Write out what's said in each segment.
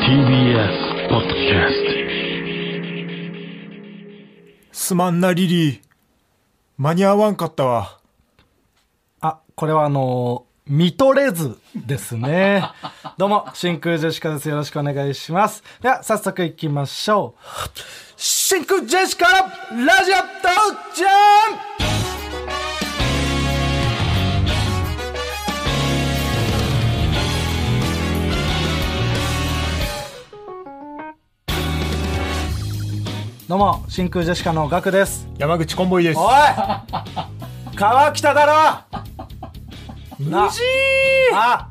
TBS ポッドキャスすまんな、リリー。間に合わんかったわ。あ、これはあのー見とれずですね。どうも、真空ジェシカです。よろしくお願いします。では、早速行きましょう。真空ジェシカのラジオ父ちゃんどうも、真空ジェシカのガクです。山口コンボイです。おい川北だろ無事あ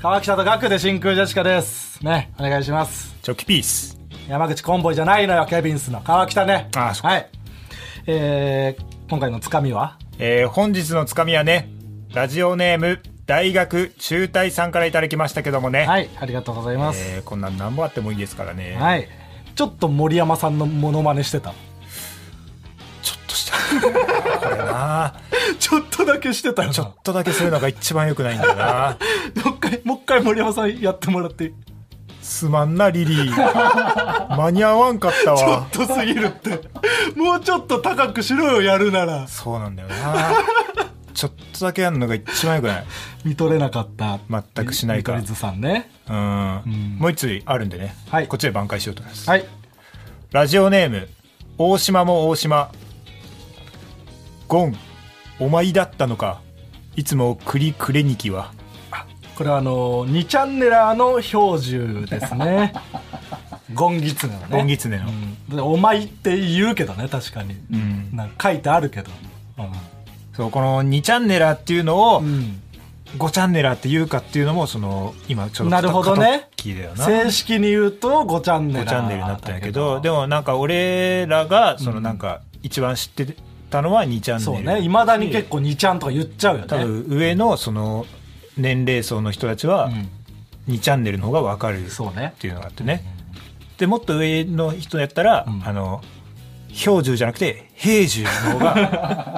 川北とガクで真空ジェシカです。ね、お願いします。チョキピース。山口コンボイじゃないのよ、ケビンスの。川北ね。あそっかはい。えー、今回のつかみはえー、本日のつかみはね、ラジオネーム、大学中退さんからいただきましたけどもね。はい、ありがとうございます。えー、こんなん何もあってもいいですからね。はい。ちょっと森山さんのモノマネしてた。ちょっとした。 これな ちょっとだけしてたよちょっとだけするのが一番良くないんだよなもう一回、もう一回森山さんやってもらって。ちすまんな、リリ ー。間に合わんかったわ。とすぎるって。もうちょっと高くしろよ、やるなら。そうなんだよなちょっとだけやるのが一番良くない。見とれなかった。全くしないから見取り図さんね。うんもう一つあるんでね、はいこっちで挽回しようと思います、はい。ラジオネーム大島も大島ゴンお前だったのかいつもクリクレニキはこれはあの2チャンネラーの標準ですねゴンギツネのね ゴンギツネの、うんでお前って言うけどね確かに、んなんか書いてあるけど、そうこの2チャンネラーっていうのを、うんうん5チャンネラーっていうかっていうのもその今ちょっとなるほどねキーだよな正式に言うと5チャンネ5ルチャンネルになったんやけどでもなんか俺らがそのなんか一番知ってたのは2チャンネルそうねいまだに結構2ちゃんとか言っちゃうよ多ね分上のその年齢層の人たちはん2チャンネルの方が分かるっそうねていうのがあってねでもっと上の人やったら、んあの標準じゃなくて平準の方が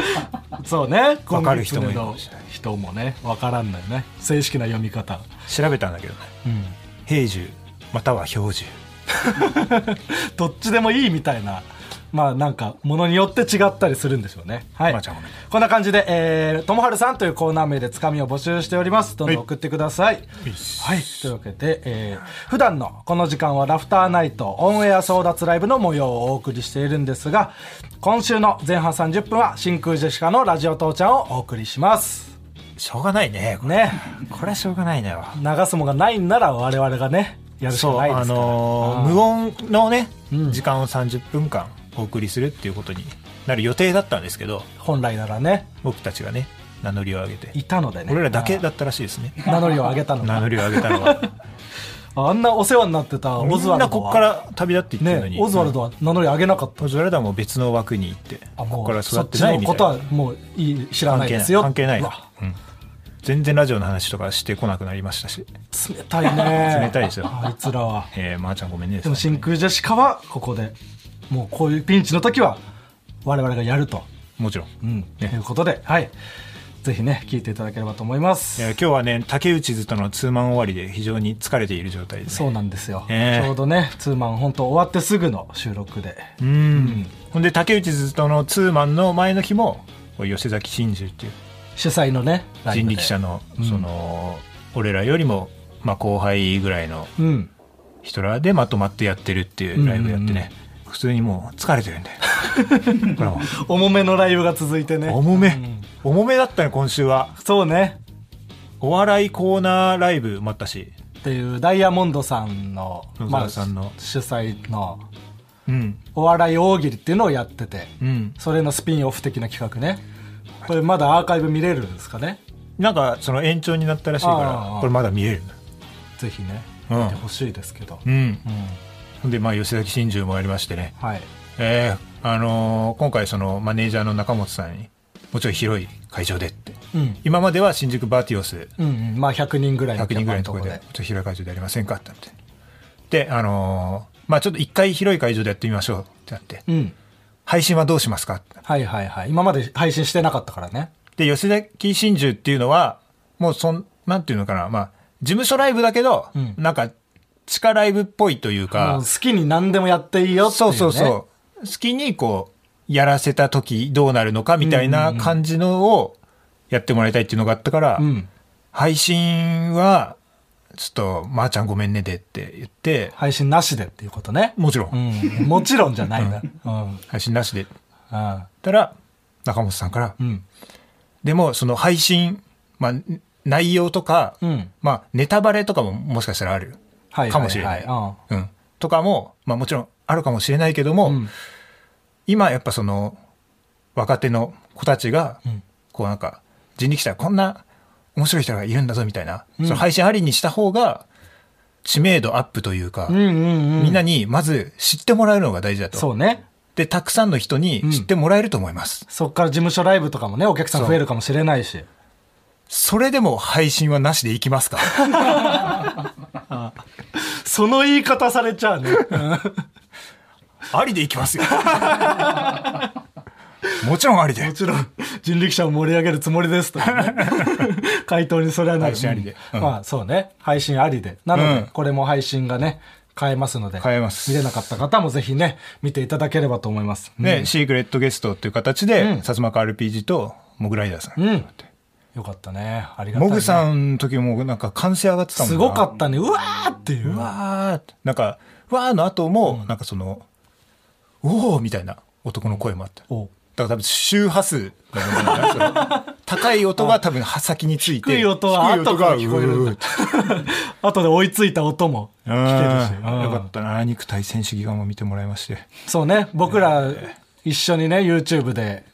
そうねわかる人もいるかのもしれない人もね分からんのよね正式な読み方、調べたんだけどねうん、平準または標準どっちでもいいみたいなまあなんかものによって違ったりするんでしょうねはい、まあちゃんごめんこんな感じで、えー、ともはるさんというコーナー名でつかみを募集しております。どんどん送ってください。はい。というわけで、えー、普段のこの時間はラフターナイトオンエア争奪ライブの模様をお送りしているんですが、今週の前半30分は真空ジェシカのラジオ父ちゃんをお送りします。しょうがないねこれね。これはしょうがないのよ流すもんがないんなら我々がね、やるしそかうないであすから。のー無音のね時間を30分間お送りするっていうことになる予定だったんですけど本来ならね、僕たちがね名乗りを上げていたのでね。俺らだけだったらしいですね名乗りを上げたの名が乗りを上げたのはあんなお世話になってた オみズワんルドなこはっから旅立っていってるのに、ねオズワルドは名乗り上げなかったオズワルドはもう別の枠に行ってあこもこうから育ってないみたそっいちのことはなもういい知らな関い係でないすよ関係ないうわうん全然ラジオの話とかしてこなくなりましたし、冷たいね 冷たいですよあいつらはえー、まー、ちゃんごめんねでも真空ジェシカはここでもうこういうピンチの時は我々がやると、もちろん、うんといねうことではいぜひね聞いていただければと思います、えー今日はね竹内図とのツーマン終わりで非常に疲れている状態です、そね、うなんですよ、ええちょうどねツーマン本当終わってすぐの収録でうんほんで竹内図とのツーマンの前の日もこう吉崎真珠っていう主催のねライ人ブで力車のその、俺らよりも、まあ、後輩ぐらいのうん人らでまとまってやってるっていうライブやってね、普通にもう疲れて るんでこれはも重めのライブが続いてうね重め、重めだったね今週はそうねお笑いコーナーライブもあったしっていうダイヤモンドさんの野ま沢あさんの主催のうんお笑い大喜利っていうのをやってて、うんそれのスピンオフ的な企画ねこれまだアーカイブ見れるんですかねなんかその延長になったらしいあかあらこれまだ見れるぜひね、うん見てほしいですけど、うん、うんほんでまあ吉崎真珠もやりましてねはいえー、あのー今回そのマネージャーの中本さんにもちろん広い会場でってうん今までは新宿バーティオスうんうんまあ100人ぐらいの100人ぐらいのところで、ちょっと広い会場でやりませんかってなって。で、あのーまあちょっと一回広い会場でやってみましょうってなって、うん配信はどうしますかってなって。はいはいはい今まで配信してなかったからねで、吉崎真珠っていうのは、もうそん、なんていうのかな、まあ事務所ライブだけど、うんなんか、地下ライブっぽいというもうか、好きに何でもやっていいよっていそうね、そうそう。好きにこう、やらせた時どうなるのかみたいな感じのをやってもらいたいっていうのがあったから、うん配信は、ちょっと、まー、ちゃんごめんねでって言って、配信なしでっていうことね、もちろん、うん、もちろんじゃない な、うんうん配信なしでって言うんったら、中本さんから、うんでも、その配信、まあ、内容とか、うんまあ、ネタバレとかももしかしたらある。はいはいはいかもしれない。うんうん。とかも、まあもちろんあるかもしれないけども、うん今やっぱその、若手の子たちが、んこうなんか、人力車、こんな面白い人がいるんだぞみたいな、その配信ありにした方が、知名度アップというか、うんうんうんみんなにまず知ってもらえるのが大事だそと。うねで、たくさんの人に知ってもらえると思います。そっから事務所ライブとかもねお客さん増えるかもしれないしそれでも配信はなしでいきますかその言い方されちゃうねありでいきますよ。もちろんありで も。ちろん人力車を盛り上げるつもりですと いうね、回答にそれはなる配信ありでうんまあそうね配信ありでなので、うんこれも配信がね変えますので変えます見れなかった方もぜひね見ていただければと思います、ね、シークレットゲストっていう形で、薩摩川 RPG とモグライダーさん、うんよかったねありがたモい、ね、グさんの時もなんか歓声上がってたもんなすごかったねうわーっていううわーなんかうわーの後もなんかその、おおみたいな男の声もあっただおから多分周波数が伸びるんだ なその高い音が多分刃先について低い音は低い後音かがら聞こえるんうだーって後で追いついた音もう聞けるしーんうんよかったな肉体戦士ギガも見てもらいましてそうね僕ら一緒にね YouTube で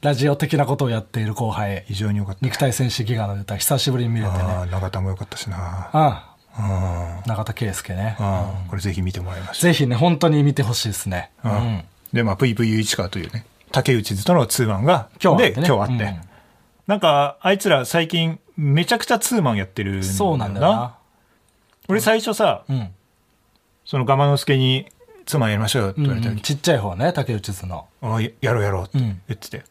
ラジオ的なことをやっている後輩非常によかった、肉体戦士ギガの歌久しぶりに見れてねああ永田もよかったしなあうんあ永田圭介ねあこれぜひ見てもらいましたぜひね本当に見てほしいですね、ううんん、で、まあ、ぷいぷいゆいちかというね、竹内図とのツーマンが、今日あってねで、今日あって。うんなんか、あいつら最近、めちゃくちゃツーマンやってるんだよな。そうなんだよな俺最初さ、うんそのガマノスケに、ツーマンやりましょうよって言われたうん時、ちっちゃい方ね竹内図のああややろうやろうってうん言ってて。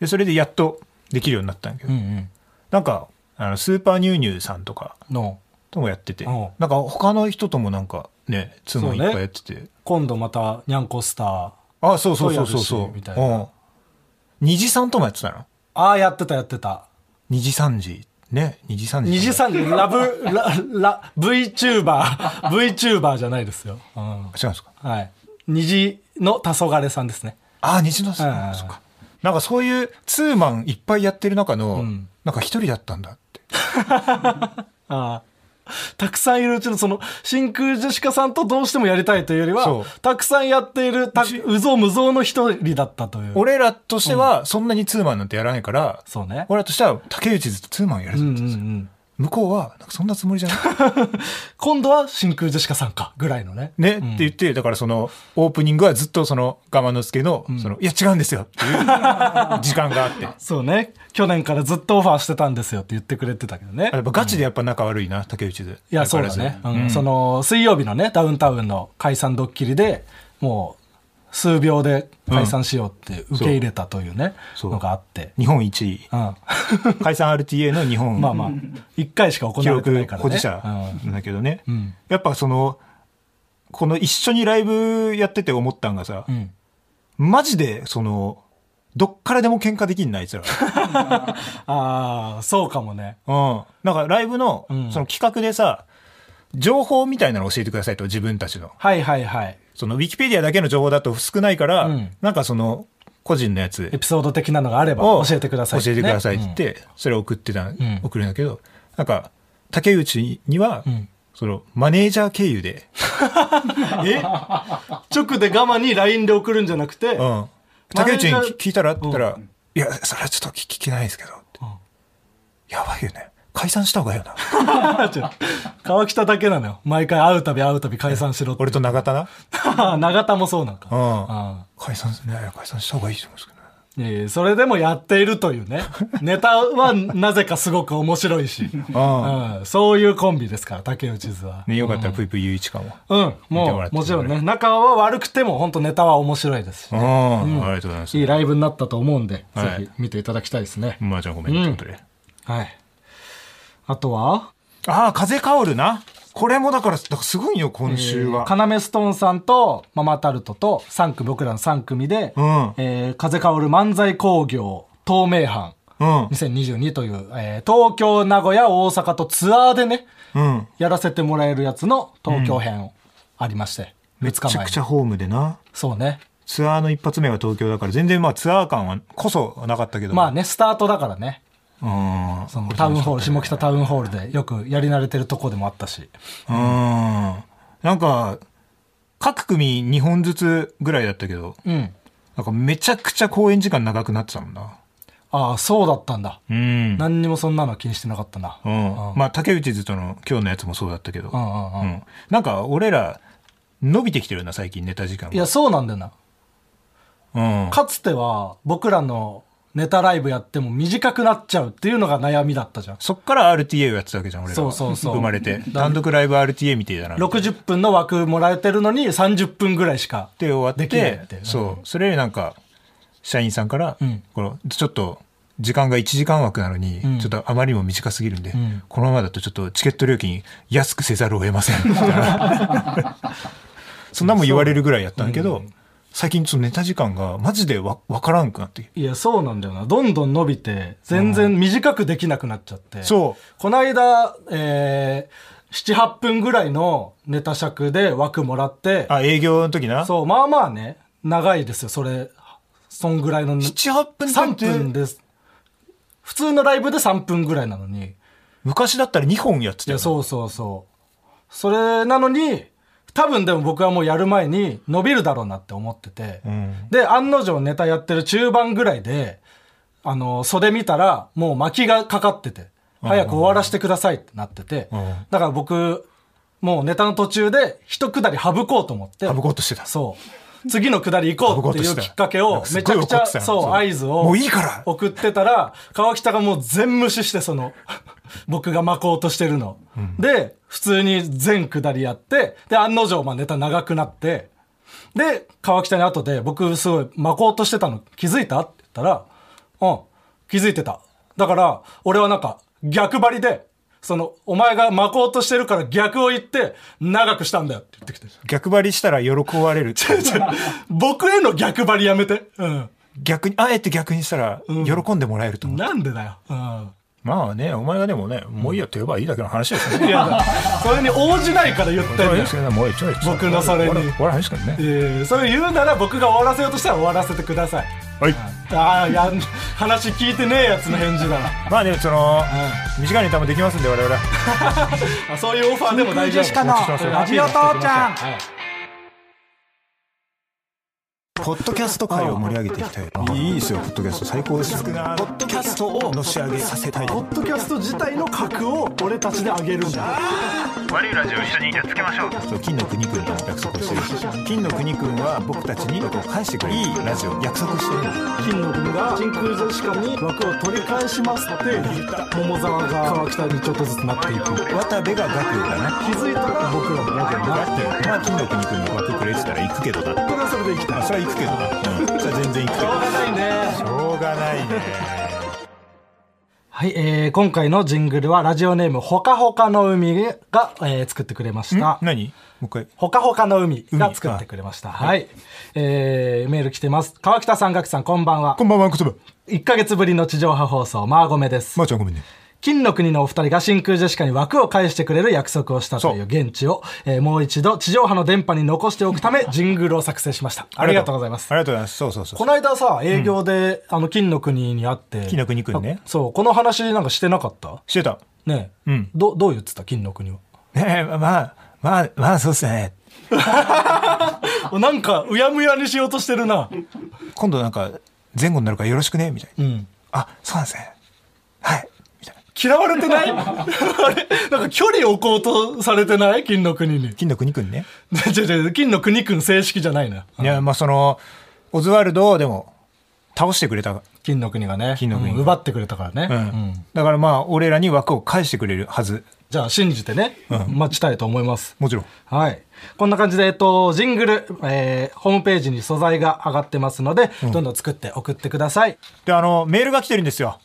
で、それでやっとできるようになったんだけうど、んうんなんか、あの、スーパーニューニューさんとかのともやってて、うんなんか他の人ともなんかね、ツーマンいっぱいやってて、今度またニャンコスターああ、そうそうそうそうそそうやるう。しみたいなうん虹さんともやってたのああやってたやってた二時三時ね二時三時二次三次ラ ブララ VTuberVTuber じゃないですよ、うん違うんですかはい虹の黄昏さんですねああ虹のうんうんさうんんそっかなんかそういうツーマンいっぱいやってる中の、んなんか一人だったんだってああ。たくさんいるうちの、その、真空ジェシカさんとどうしてもやりたいというよりそはう、たくさんやっている、たうぞうむぞうの一人だったという。俺らとしてはそんなにツーマンなんてやらないから、そうね。俺らとしては竹内ずっとツーマンやるうぞんっうてんう言ってたん。向こうはなんかそんなつもり じゃない今度は真空ジェシカさんか、ぐらいのね。ね、って言ってだからそのオープニングはずっとその我慢の助の,、そのいや違うんですよっていう時間があっ てそうね。去年からずっとオファーしてたんですよって言ってくれてたけどねや。っぱガチでやっぱ仲悪いな竹内ずいや、そうだね。うん。その、水曜日のね、ダウンタウンの解散ドッキリで、もう、数秒で解散しようって受け入れたというね、そうのがあって。日本一位うん。解散 RTA の日本ま あまあ、一回しか行記われてない録からね。保持者うんなんだけどね、んやっぱそのこの一緒にライブやってて思ったんがさ、んマジでそのどっからでも喧嘩できんなあい つら、ああ、そうかもね。うん、なんかライブのんその企画でさ情報みたいなの教えてくださいと自分たちのはいはいはい。そのウィキペディアだけの情報だと少ないから、うんなんかその個人のやつエピソード的なのがあればを教えてください、教えてくださいって言っねて、それを送ってた、ん送るんだけどなんか竹内には、んそのマネージャー経由で、うん え直で我慢に LINE で送るんじゃなくて、うん、竹内にマネージャー聞いたらって言ったら、いや、それはちょっと聞聞けないですけど、ってうんやばいよね。解散した方がいいよ な。違う 川北だけなのよ。毎回会うたび会うたび解散しろって。俺と永田な。 長田もそうなんうん。か。あ解散すね。解散した方がいいと思うんですけどね。いやいやそれでもやっていると いうね。ネタはなぜかすごく面白いし。んうんそういうコンビですから、竹内図は。ね、よかったら、ぷいぷいゆういちかも。うん、見てももらっう、てもちろんね、仲は悪くても、本当ネタは面白いですし、うん。ありがとうございますい。いライブになったと思うんで、はいぜひ見ていただきたいですね。まあちゃんごめんね、ってことで。はい。あとはああ、風薫るな。これもだから、だからすごいよ、今週は。カナメストーンさんとママタルトと3組、僕らの3組で、うんえー風薫る漫才工業、透明版、うん。 2022という、えー東京、名古屋、大阪とツアーでね、うん。やらせてもらえるやつの東京編ありまして、めめちゃくちゃ。ゃホームでな。そうね。ツアーの一発目が東京だから、全然まあツアー感は、こそなかったけど。まあね、スタートだからね。あ。うん。そのタウンホール、下北タウンホールでよくやり慣れてるとこでもあったし。うん。なんか、各組2本ずつぐらいだったけど、うん。なんかめちゃくちゃ公演時間長くなってたもんな。ああ、そうだったんだ。うん。何にもそんなの気にしてなかったな。ううんんう。んまあ、竹内ずとの今日のやつもそうだったけど。うんう。うんん。なんか、俺ら、伸びてきてるな、最近、ネタ時間が。いや、そうなんだよな。うん。かつては僕らのネタライブやっても短くなっちゃうっていうのが悩みだったじゃん。そっから RTA をやってたわけじゃん、俺らは。そうそうそう生まれて。単独ライブ RTA みたいだな。っ60分の枠もらえてるのに30分ぐらいしか。て終わでっきないてって、そう。それよりなんか、社員さんからうん、この、ちょっと、時間が1時間枠なのにん、ちょっとあまりにも短すぎるんでん、このままだとちょっとチケット料金安くせざるを得ませ ん。み たいなそんなもん言われるぐらいやったんだけど、最近ちょっとネタ時間がマジでわわからんくなってきていや、そうなんだよな。どんどん伸びて、全然短くできなくなっちゃって。そうこの間、えー、7、8分ぐらいのネタ尺で枠もらって、あ、営業の時な。そう、まあまあね、長いですよ、それ。そんぐらいの。 7、8分だ3って分です。普通のライブで3分ぐらいなのに。昔だったら2本やっていたよや、な。そうそうそう。それなのに、多分でも僕はもうやる前に伸びるだろうなって思ってて。んで、案の定ネタやってる中盤ぐらいで、あの、袖見たらもう巻きがかかってて、早く終わらせてくださいってなっててうん、だから僕、もうネタの途中で一下り省こうと思って。省こうとしてたそう。次の下り行こうっていうきっかけを、めちゃくちゃ、そう、合図を、もういいから送ってたら、川北がもう全無視して、その、 僕が巻こうとしてるの。で、普通に全下りやって、で、案の定、まあネタ長くなって、で、川北に後で、僕すごい巻こうとしてたの気づいたって言ったら、うん、気づいてた。だから、俺はなんか、逆張りで、その、お前が巻こうとしてるから逆を言って、長くしたんだよって言ってきて。逆張りしたら喜ばれるって。 僕への逆張りやめて。うん。逆に、あえて逆にしたら喜んでもらえると思う。なんでだよ。うん。まあね、お前がでもね、もういいよって言えばいいだけの話ですよいね。やそれに応じないから言ってんそれはだいいよですけどねもう一応一応僕のそれに終わら終わらないですからね。えーそれ言うなら僕が終わらせようとしたら終わらせてくださいはい。ああやん話聞いてねえやつの返事だなまあでもその、短いネタもできますんで、我々は。あそういうオファーでも大丈夫のラジオ父ちゃんはいポッドキャスト界を盛り上げていきたい。いいですよ、ポッドキャスト。最高ですよ。ポッドキャストをのし上げさせたい。ポッドキャスト自体の格を俺たちで上げるんだ金の国くんと約束してる。金の国くんは僕たちに返してくれる。いいラジオ、約束してる。金の国が真空ジェシカに枠を取り返しますって言った桃沢が川北にちょっとずつなっていく渡部が学だな。気づいたら僕らもやけにまあなってる金の国くんの枠くれてたら行くけどな。僕はそれでいきたいあ、それは行くけどな。うん。それは全然行くけど。がないねしょうがないね。はい、えー、今回のジングルはラジオネームほかほかの海が、えー、作ってくれました。何もう一回。ほかほかの海が作ってくれました。はい、えー、メール来てます。川北さん、ガクさん、こんばんはこ。んばんは、こそば。 1ヶ月ぶりの地上波放送、マーゴメです。まーちゃんごめんね。金の国のお二人が真空ジェシカに枠を返してくれる約束をしたという現地を、えーもう一度地上波の電波に残しておくため、ジングルを作成しました。ありがとうございますあ。りがとうございます。そうそうそう。この間さ、営業で、あの、金の国に会って。金の国くんねあそう、この話なんかしてなかったしてた。ねえ、うんどどう言ってた金の国はねえ、まあ、まあ、まあ、そうっすね。おなんかうやむやにしようとしてるな今度なんか、前後になるからよろしくね、みたいな。うんあ、そうなんですね。はい。みたいな。嫌われてない あれなんか距離置こうとされてない金の国に金の国くんね。違う違う金の国くん正式じゃないのよいや、まあその、オズワルドをでも、倒してくれた。金の国がね金の国うん奪ってくれたからね、うん。だからまあ、俺らに枠を返してくれるはず。じゃあ信じてね、待ちたいと思いますもちろん。はい。こんな感じで、えっと、ジングル、えーホームページに素材が上がってますので、どんどん作って送ってください。で、あの、メールが来てるんですよ。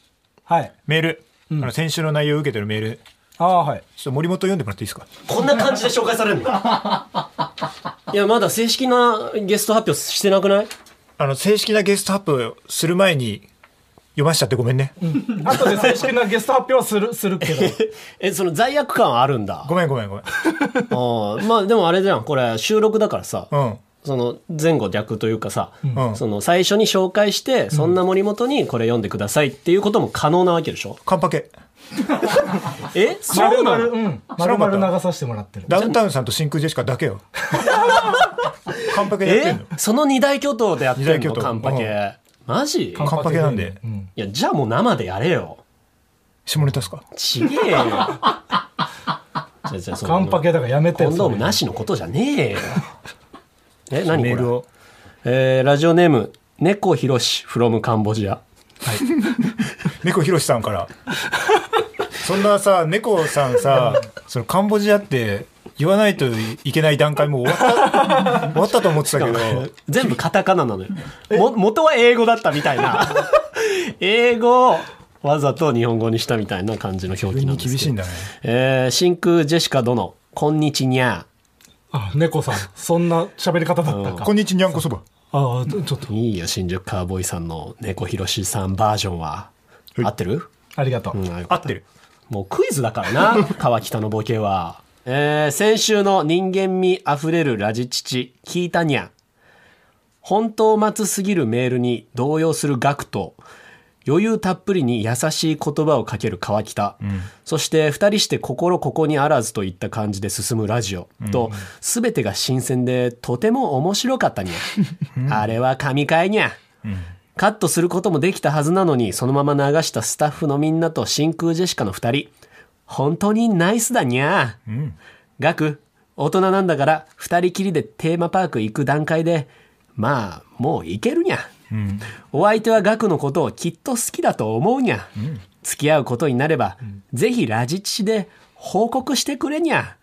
はい。メール。あの先週の内容を受けてるメール。ああはいちょっと森本読んでもらっていいですかこんな感じで紹介されるのいや、まだ正式なゲスト発表してなくないあの正式なゲストアップする前に読ましちゃってごめんね、あとで正式なゲスト発表する するけどえ、その罪悪感はあるんだ。ごめんごめんごめんうんまあでもあれじゃん、これ収録だからさ。うんその前後逆というかさ、んその最初に紹介して、そんな森本にこれ読んでくださいっていうことも可能なわけでしょカンパケえそうなの丸々うん丸々流させてもらってるダウンタウンさんと真空ジェシカだけよカンパケでやってえんのその二大巨頭でやってん二大巨の頭カンパケ、うんマジカンパケなんでうんいやじゃあもう生でやれよ下ネタっすかちげえよじゃあじゃあそのカンパケだからやめてコよンドームなしのことじゃねえ よえ何これメールをえーラジオネーム猫ひろし from カンボジア猫ひろしさんからそんなさ猫さんさそのカンボジアって言わないといけない段階もう終わった終わったと思ってたけど全部カタカナなのよも元は英語だったみたいな 英語をわざと日本語にしたみたいな感じの表記なんですけど厳しいんだねえー真空ジェシカ殿こんにちにゃあ猫さんそんな喋り方だったかこんにちにゃんこそばああちょちょっといいよ新宿カーボーイさんの猫ひろしさんバージョンは、はい合ってる、ありがとう、うん、合ってるもうクイズだからな川北のボケは、えー先週の人間味あふれるラジ父聞いたにゃ本当待つすぎるメールに動揺するガクと余裕たっぷりに優しい言葉をかける川北、そして二人して心ここにあらずといった感じで進むラジオと、全てが新鮮でとても面白かったにゃあれは神回にゃ、カットすることもできたはずなのにそのまま流したスタッフのみんなと真空ジェシカの二人本当にナイスだにゃ、ガク大人なんだから二人きりでテーマパーク行く段階でまあもう行けるにゃ、お相手はガクのことをきっと好きだと思うにゃ、付き合うことになれば、ぜひラジチで報告してくれにゃ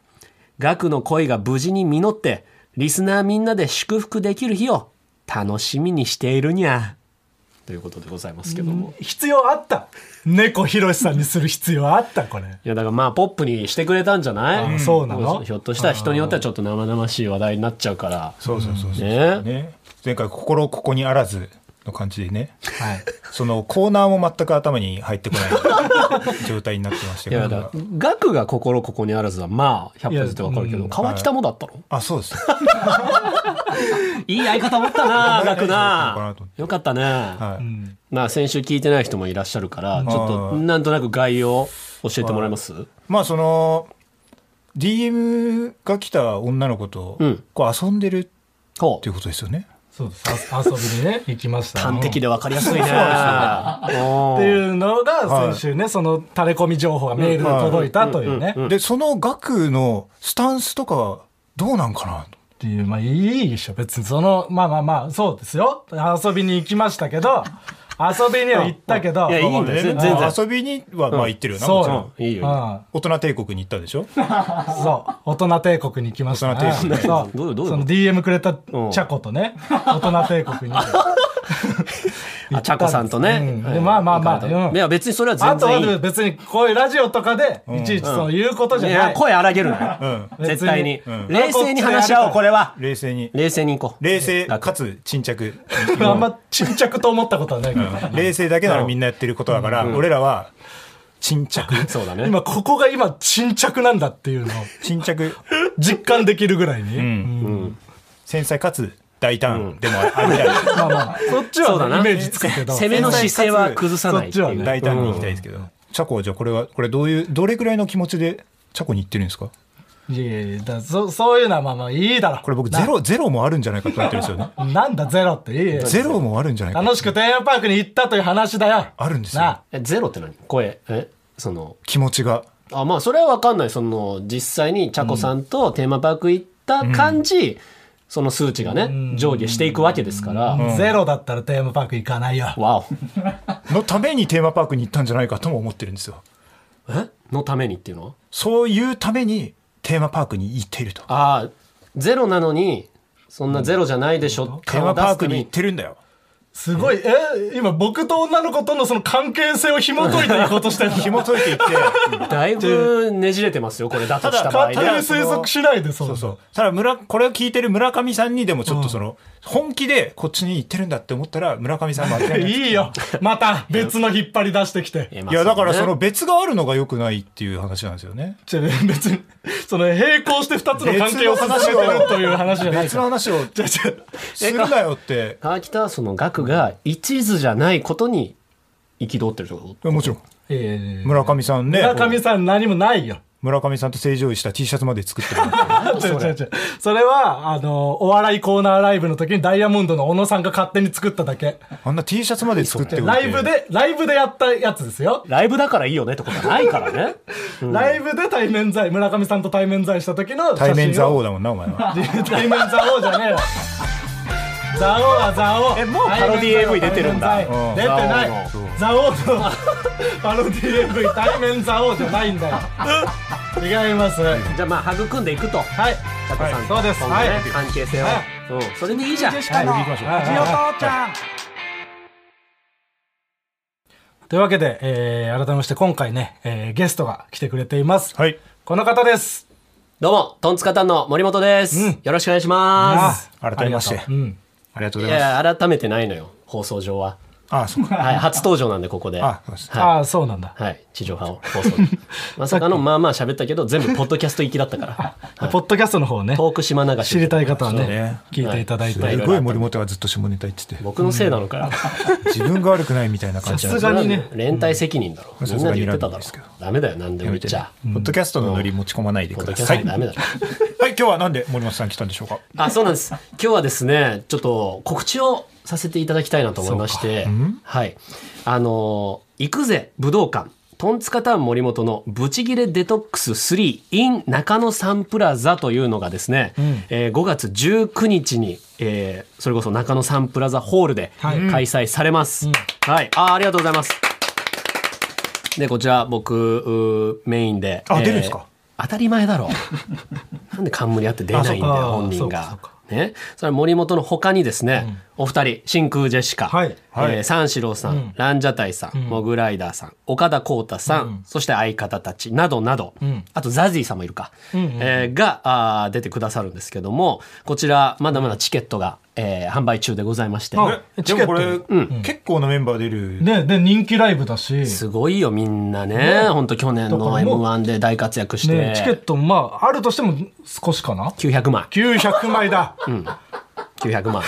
ガクの恋が無事に実ってリスナーみんなで祝福できる日を楽しみにしているにゃということでございますけども、必要あった猫ひろしさんにする必要あったこれいやだからまあポップにしてくれたんじゃない、あそうなのひょっとしたら人によってはちょっと生々しい話題になっちゃうからそうそうそうそうねね前回心ここにあらずの感じでねはいそのコーナーも全く頭に入ってこない 状態になってましたいけやどだから額が心ここにあらずはまあ100歩ずってわかるけいやどうん川北もだったの、あそうですい、い相方持ったなは額いなよかったね、はい、まあ先週聞いてない人もいらっしゃるからちょっとはいなんとなく概要を教えてもらえます、まあその DM が来た女の子とうんこう遊んでるほっていううことですよね、そうですあ遊びに ね行きました端的ででわかりやすいねっておーいうのが先週ね、その垂れ込み情報がメールで届いたというね、っでその額のスタンスとかどうなんかなとていうまあいいでしょ別にそのまあまあまあそうですよ遊びに行きましたけど遊びには行ったけどいやいいんだよ全然まあ遊びにはまあ行ってるよな、そうもちろんようんいいよいいようん大人帝国に行ったでしょそう大人帝国に行きましたね大人帝国そうどういうどういうことその DM くれたチうんャコとね大人帝国に あちゃこさんとね、うんはいでまあまあまあうんいや別にそれはあ全と然いいは別にこういうラジオとかでいちいちその言うことじいゃなやい、声荒げるなうん絶対に、別にうん冷静に話し合おうこれは冷静に冷静にいこう冷静だかつ沈着 あんま沈着と思ったことはないけど、冷静だけならみんなやってることだから、俺らは沈着そうだね今ここが今沈着なんだって いうのを沈着実感できるぐらいに、繊細かつ大胆でもあるみたいな、 まあまあそっちそうだは、なね、イメージつくけど攻めの姿勢は崩さないっていそっちはう、ね大胆に行きたいですけど、チャコはじゃあこれはこれどういうどれぐらいの気持ちでチャコに行ってるんですかいやいやだそそういうのはまあまあいいだろこれ僕ゼロゼロもあるんじゃないかと思ってるんですよねなんだゼロっていいよゼロもあるんじゃないか楽しくテーマパークに行ったという話だよあるんですよなあえゼロって何声えその気持ちがあまあそれは分かんないその実際にちゃこさんとテーマパーク行った感じ、その数値がね、上下していくわけですから、ゼロだったらテーマパーク行かないよ。わおのためにテーマパークに行ったんじゃないかとも思ってるんですよえのためにっていうのはそういうためにテーマパークに行っているとああゼロなのにそんなゼロじゃないでしょ、テーマパークに行ってるんだよすごい、え、今僕と女の子とのその関係性を紐解いていこうと してる の紐解いていってだいぶねじれてますよ、これだとした場合勝手にね。推測しないで、そそのうそうただ村これを聞いてる村上さんにでもちょっとその、本気でこっちに行ってるんだって思ったら村上さんも諦めないいいよ。また別の引っ張り出してきて。まあいやだからそのね別があるのが良くないっていう話なんですよねじゃあ別に、その並行して二つの関係を進めてるという話じゃない別のから。話をじゃあじゃあするなよって川北はその額が一途じゃないことに憤ってるってこともちろんえー村上さんね村上さん何もないよ。村上さんと正常位した T シャツまで作ってる 違う違う違うそれは、あの、お笑いコーナーライブの時にダイヤモンドの小野さんが勝手に作っただけ。あんな T シャツまで作っておいてライブで、ライブでやったやつですよ。ライブだからいいよねってことはないからね。ライブで対面在、村上さんと対面在した時の写真対を面座王だもんなお前は対面ザオじゃねえよザオはザオえもうパロディ AV 出てるんだ対面うんザオ出てないそザオのパロディ AV 対面ザオじゃないんだよ違いますはいじゃあまあ育んでいくと。佐藤さんとそうです今後ねはい関係性をはい。うんそれでいいじゃん。というわけで、えー、改めまして今回ね、えー、ゲストが来てくれています、はいこの方ですどうも、トンツカタンの森本です。うんよろしくお願いします。改めましてありがとううんありがとういございますや、改めてないのよ、放送上は。あそうかはい、初登場なんで、ここで。あそうですはああそうなんだい。はい、地上波を放送。まさかの、まあまあ喋ったけど、全部ポッドキャスト行きだったから。ポッドキャストの方ねトーク島流し。知りたい方はねそうね聞いていただいて、はすごい森本がずっと下ネタ言ってて 僕のせいなのかよ。自分が悪くないみたいな感じさなんすでがにね連帯責任だろ。うんみんなで言ってただろさすがにいら。ダメだよ、なんでも言っちゃ。ポッドキャストのノリ持ち込まないでポッくドだキャさスいトダメだろ。はい今日はなんで森本さん来たんでしょうかあ、そうなんです。今日はですね、ちょっと告知をさせていただきたいなと思いまして、はい。あのー、行くぜ武道館、トンツカタン森本のブチギレデトックス3 in 中野サンプラザというのがですね、えー5月19日に、えーそれこそ中野サンプラザホールで開催されます。はい。あーありがとうございます。で、こちら僕、うーメインで。あ出るんですか当たり前だろう。なんで冠あって出ないんだよあ、そうか本人そうがか。ね。それは森本の他にですね、お二人、真空ジェシカ、はいえー三四郎さん、ランジャタイさん、モグライダーさん、岡田康太さん、そして相方たち、などなど、あとザジーさんもいるか、えーがあー出てくださるんですけども、こちら、まだまだチケットが、えー販売中でございまして、あでもこれ結構なメンバー出るねで人気ライブだしすごいよ、みんなね。ほんと去年だのからもう M1 で大活躍して。ねチケットもまああるとしても少しかな900万。 900枚だ、 900万。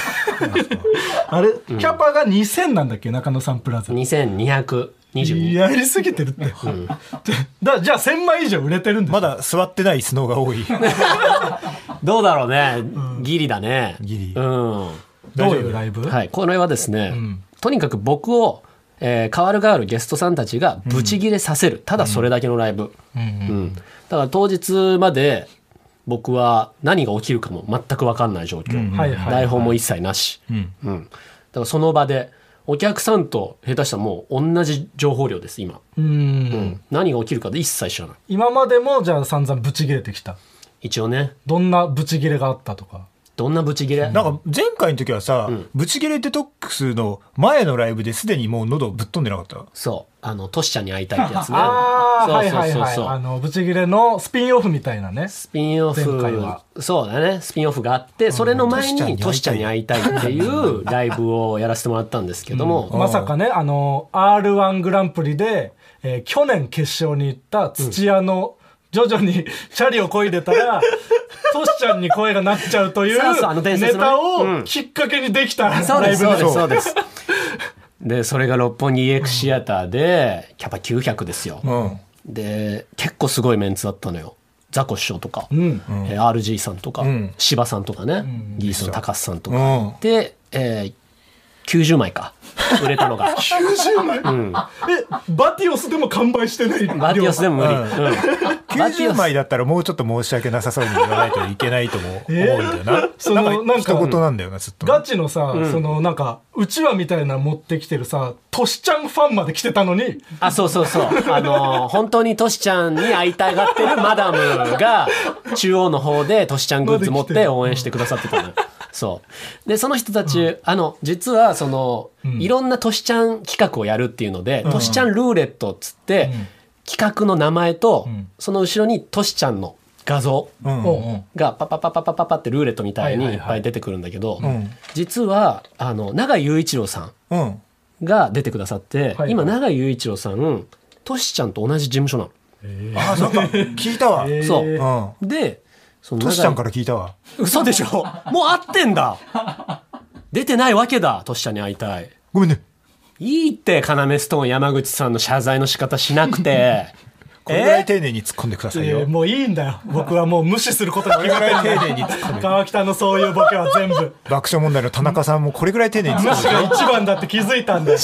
あれ、キャパが2000なんだっけ中野サンプラザ2222。やりすぎてるって、だじゃあ1000枚以上売れてるんですまだ座ってないスノーが 多いどうだろうね。ギリだね。ギリうん。どういうライブ、はい。これはですね、とにかく僕を、えー、代わる代わるゲストさんたちがブチギレさせる。ただそれだけのライブ。うん。だから当日まで僕は何が起きるかも全く分かんない状況。はいはい台本も一切なし、うんだからその場でお客さんと下手したらもう同じ情報量です今、うーんうん何が起きるかで一切知らない今までもじゃあ散々ブチギレてきた一応ねどんなブチギレがあったとかどんなブチギレなんか前回の時はさ、ブチギレデトックスの前のライブですでにもう喉ぶっ飛んでなかったそうあのトシちゃんに会いたいってやつ ねああそはういそうはいそうはいそう、あのブチギレのスピンオフみたいなねスピンオ前回はフそうだねスピンオフがあってそれの前にトトシシちちゃゃんんにに会いたいっていうライブをやらせてもらったんですけども、まさかねあの r 1グランプリで、えー去年決勝に行った土屋の、徐々に チャリをこいでた ら、トシちゃんに声がなっちゃうというそうそうあの伝ネ説のねタうをんきっかけにできたそうラでイすブそうでですすそうですでそれが六本木 EX シアターでキャパ900ですよ、うんで結構すごいメンツだったのよザコ師匠とか、んえー RG さんとか、ん芝さんとかね、ギースの高須さんとか、うんで、えー90枚か売れたのが90枚、えバティオスでも完売してないバティオスでも無理、うんうんバティオ90ス枚だったらもうちょっと申し訳なさそうに言わないといけないとも思うんだよな、そのなんなかんか一言なんだよなずっとガチのさ、そのなんかうちわみたいなの持ってきてるさトシちゃんファンまで来てたのにあそうそうそうあのー本当にトシちゃんに会いたがってるマダムが中央の方でトシちゃんグッズ持って応援してくださってたのよそう。で、その人たち、あの、実は、その、いろんなトシちゃん企画をやるっていうので、トシちゃんルーレットっつって、企画の名前と、んその後ろにトシちゃんの画像うんおうおうがパパパパパパパってルーレットみたいにはいはいいっはいぱい出てくるんだけど、うん実は、あの、永井雄一郎さんうんが出てくださって、はい今、永井雄一郎さん、トシちゃんと同じ事務所なの。あなん か聞いたわ、えーそううんで、その。トシちゃんからら聞いたわ嘘でしょもう会ってんだ出てないわけだ、トシちゃんに会いたい。ごめんねいいって、要ストーン山口さんの謝罪の仕方しなくて。これぐらい丁寧に突っ込んでくださいよ、えーもういいんだよ僕はもう無視することにこれぐ決めらいて丁寧るに突っ込んで 川北のそういうボケは全部爆笑問題の田中さんもこれぐらい丁寧に突っ無込ん視でが一番だって気づいたんだよ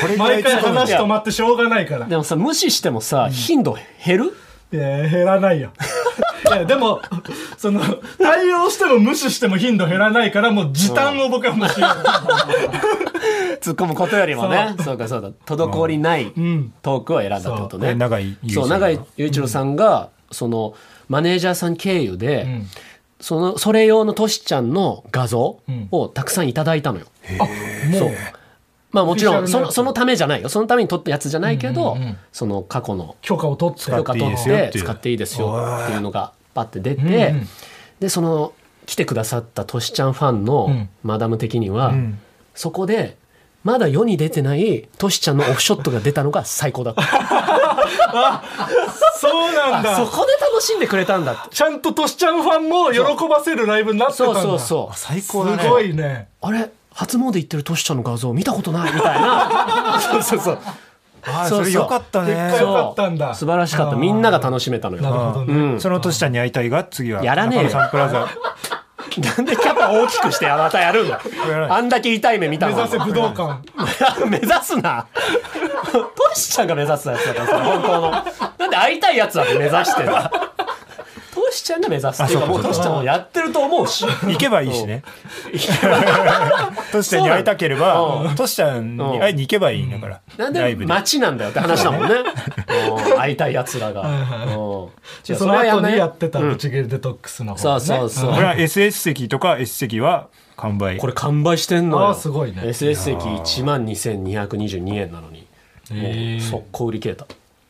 これぐらい毎突回っ込ん話で止まってしょうがないからでもさ、無視してもさ、頻度減るいや減らないよいやでもその対応しても無視しても頻度減らないからもう時短を僕は無視突っ込むことよりもね。そうかそうだ。滞りないんトークを選んだってことこね。れ永井雄一そ郎う、さん永井雄一郎さんが、その、マネージャーさん経由で、その、それ用のトシちゃんの画像をたくさんいただいたのよ。そう。まあもちろん、その、そのためじゃないよ。そのために撮ったやつじゃないけど、その過去の許可を取って許可取っ使っていいですよってていう使っていいですよっていうのがパッて出て、でその来てくださったトシちゃんファンのマダム的には、んそこでまだ世に出てないトシちゃんのオフショットが出たのが最高だったそうなんそだこで楽しんでくれたんだってちゃんとトシちゃんファンも喜ばせるライブになってたそんうだそうそう最高だねすごいねあれ初詣行ってるトシちゃんの画像見たことないみたい なそうそうそうあーそうそうそれよかったでっかいねよかったんだ素晴らしかったみんなが楽しめたのよなるほどねそのトシちゃんに会いたいが次はやらねえよ中野サンプラザなんでキャパ大きくしてまたやるんだらないあんだけ痛い目見た目の指せ武道館目指すなトシちゃんが目指すやつだからそれ本当のなんで会いたいやつだって目指してんだトシちゃんが目指すっていうかもうトシちゃんもやってると思うし行けばいいしねトシちゃんに会いたけれそうなばトシちゃんに会いに行けばいいんだからなんラでイブで街なんだよって話だもんねうん会いたいやつらがうんいやそのれは後んないにやってたブチギレデトックスのそ方うねそうそうこれは SS 席とか S 席は完売これ完売してんのよあーすごいね SS 席1万2222円なのにもう速攻売り切れた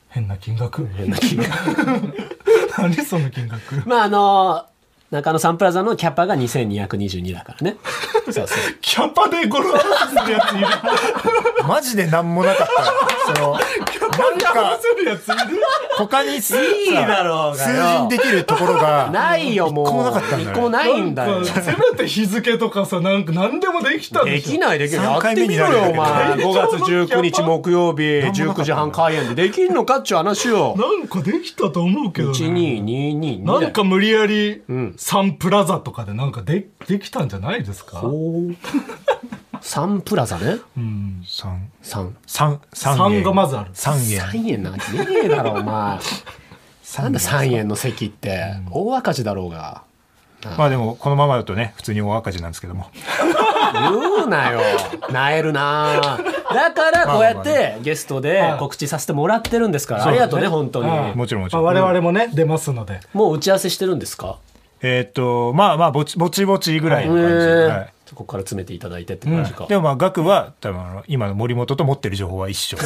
変な金額変な気が 何その金額まああの中野サンプラザのキャパが2222だからね。そうそう。キャパでゴルフハウスするやついるマジで何もなかったそのなんかするやついる他に数いいだろうが数よ字にできるところがないよ、もう。一個もなかったんだね一個もないんだなよ。んかせめて日付とかさ、なんか何でもできたんででしきょ。ない、できない。や三回ってみ目ろよ、おにな前。るけど5月19日木曜日、19時半開演で。できんのかっちゅう話を。なんかできたと思うけどね。 12222。なんか無理やりん、サンプラザとかでなんかでできたんじゃないですかおー。サンプラザね。 三三三三3円がまずある。三円3円なわけねえだろ、お前。なんだ3円の席って。大赤字だろうが。まあでもこのままだとね普通に大赤字なんですけども言うなよ。なえるなだから、こうやっまあてゲストで告知させてもらってるんですから。ありがとうね、本当に。はいもちろんもちろんまあ我々もね、出ますので。もう打ち合わせしてるんですかえーっとまあまあぼちぼちぼちぐらいの感じで、へえはいそこから詰めていただいてって感じか。でもまあ額は多分あの今の森本と持ってる情報は一 緒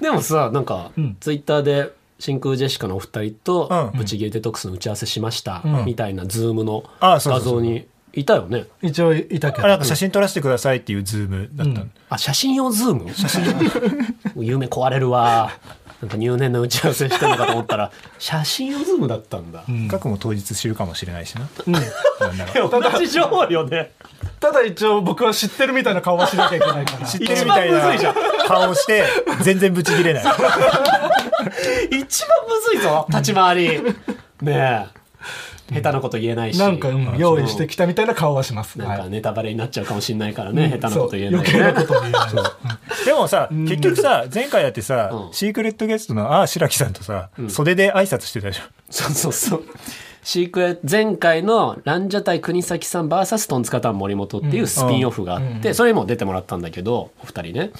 でもさ、なんか、ツイッターで、真空ジェシカのお二人と、うんブチギレデトックスの打ち合わせしました、みたいなズームのあ画そうそうそう像にいたよね。一応いたけあなんど。か写真撮らせてくださいっていうズームだったの、あ、写真用ズ ーム写真夢壊れるわ。なんか入念な打ち合わせしてるのかと思ったら、写真用ズームだったんだ。額も当日知るかもしれないしな、なんなら同じ情報よね。ただ一応僕は知ってるみたいな顔はしなきゃいけない から。知ってるみたい一番むずいじゃな顔をして全然ブチ切れ ない一番むずいぞ、立ち回り。ねえ。下手なこと言えないし。なんか、うん用意してきたみたいな顔はします。なんはかいネタバレになっちゃうかもしれないからね、下手なそこうと言えない余計なね。こと言えない。でもさ結局さ前回だってさ、シークレットゲストのああ白木さんとさ、袖で挨拶してたでしょそうそうそう。シークレット、前回のランジャタイ国崎さん VS トンツカタン森本っていうスピンオフがあって、それにも出てもらったんだけど、お二人ね。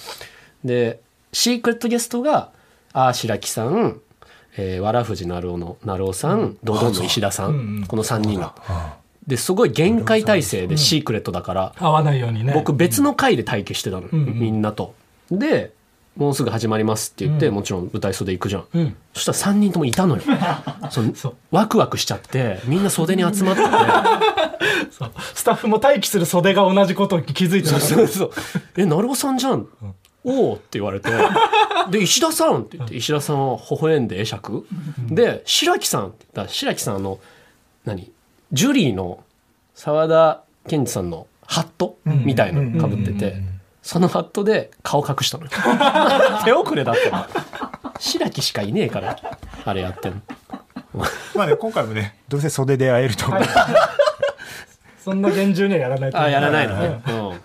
で、シークレットゲストが、あー白木さん、えー、わらふじなるおの、なるおさん、ドドンの石田さん、この三人が。ですごい限界体制でシークレットだから、合わないようにね僕別の回で待機してたんの、みんなと。でもうすぐ始まりますって言って、もちろん舞台袖行くじゃん、うんそしたら3人ともいたの よそのそうワクワクしちゃってみんな袖に集まっててそう スタッフも待機する袖が同じことを気づいて そうますそうそう「え成尾さんじゃん、おお」って言われて「で石田さん」って言って石田さんは微笑んで会釈、で白木さんって言ったら白木さんあの何ジュリーの沢田研二さんのハットみたいなのかぶってて、そのハットで顔隠したのよ 手遅れだったの白木しかいねえからあれやってんのまあね、今回もね、どうせ袖で会えると思う。そんな厳重にはやらないと思あうやらないのね、うん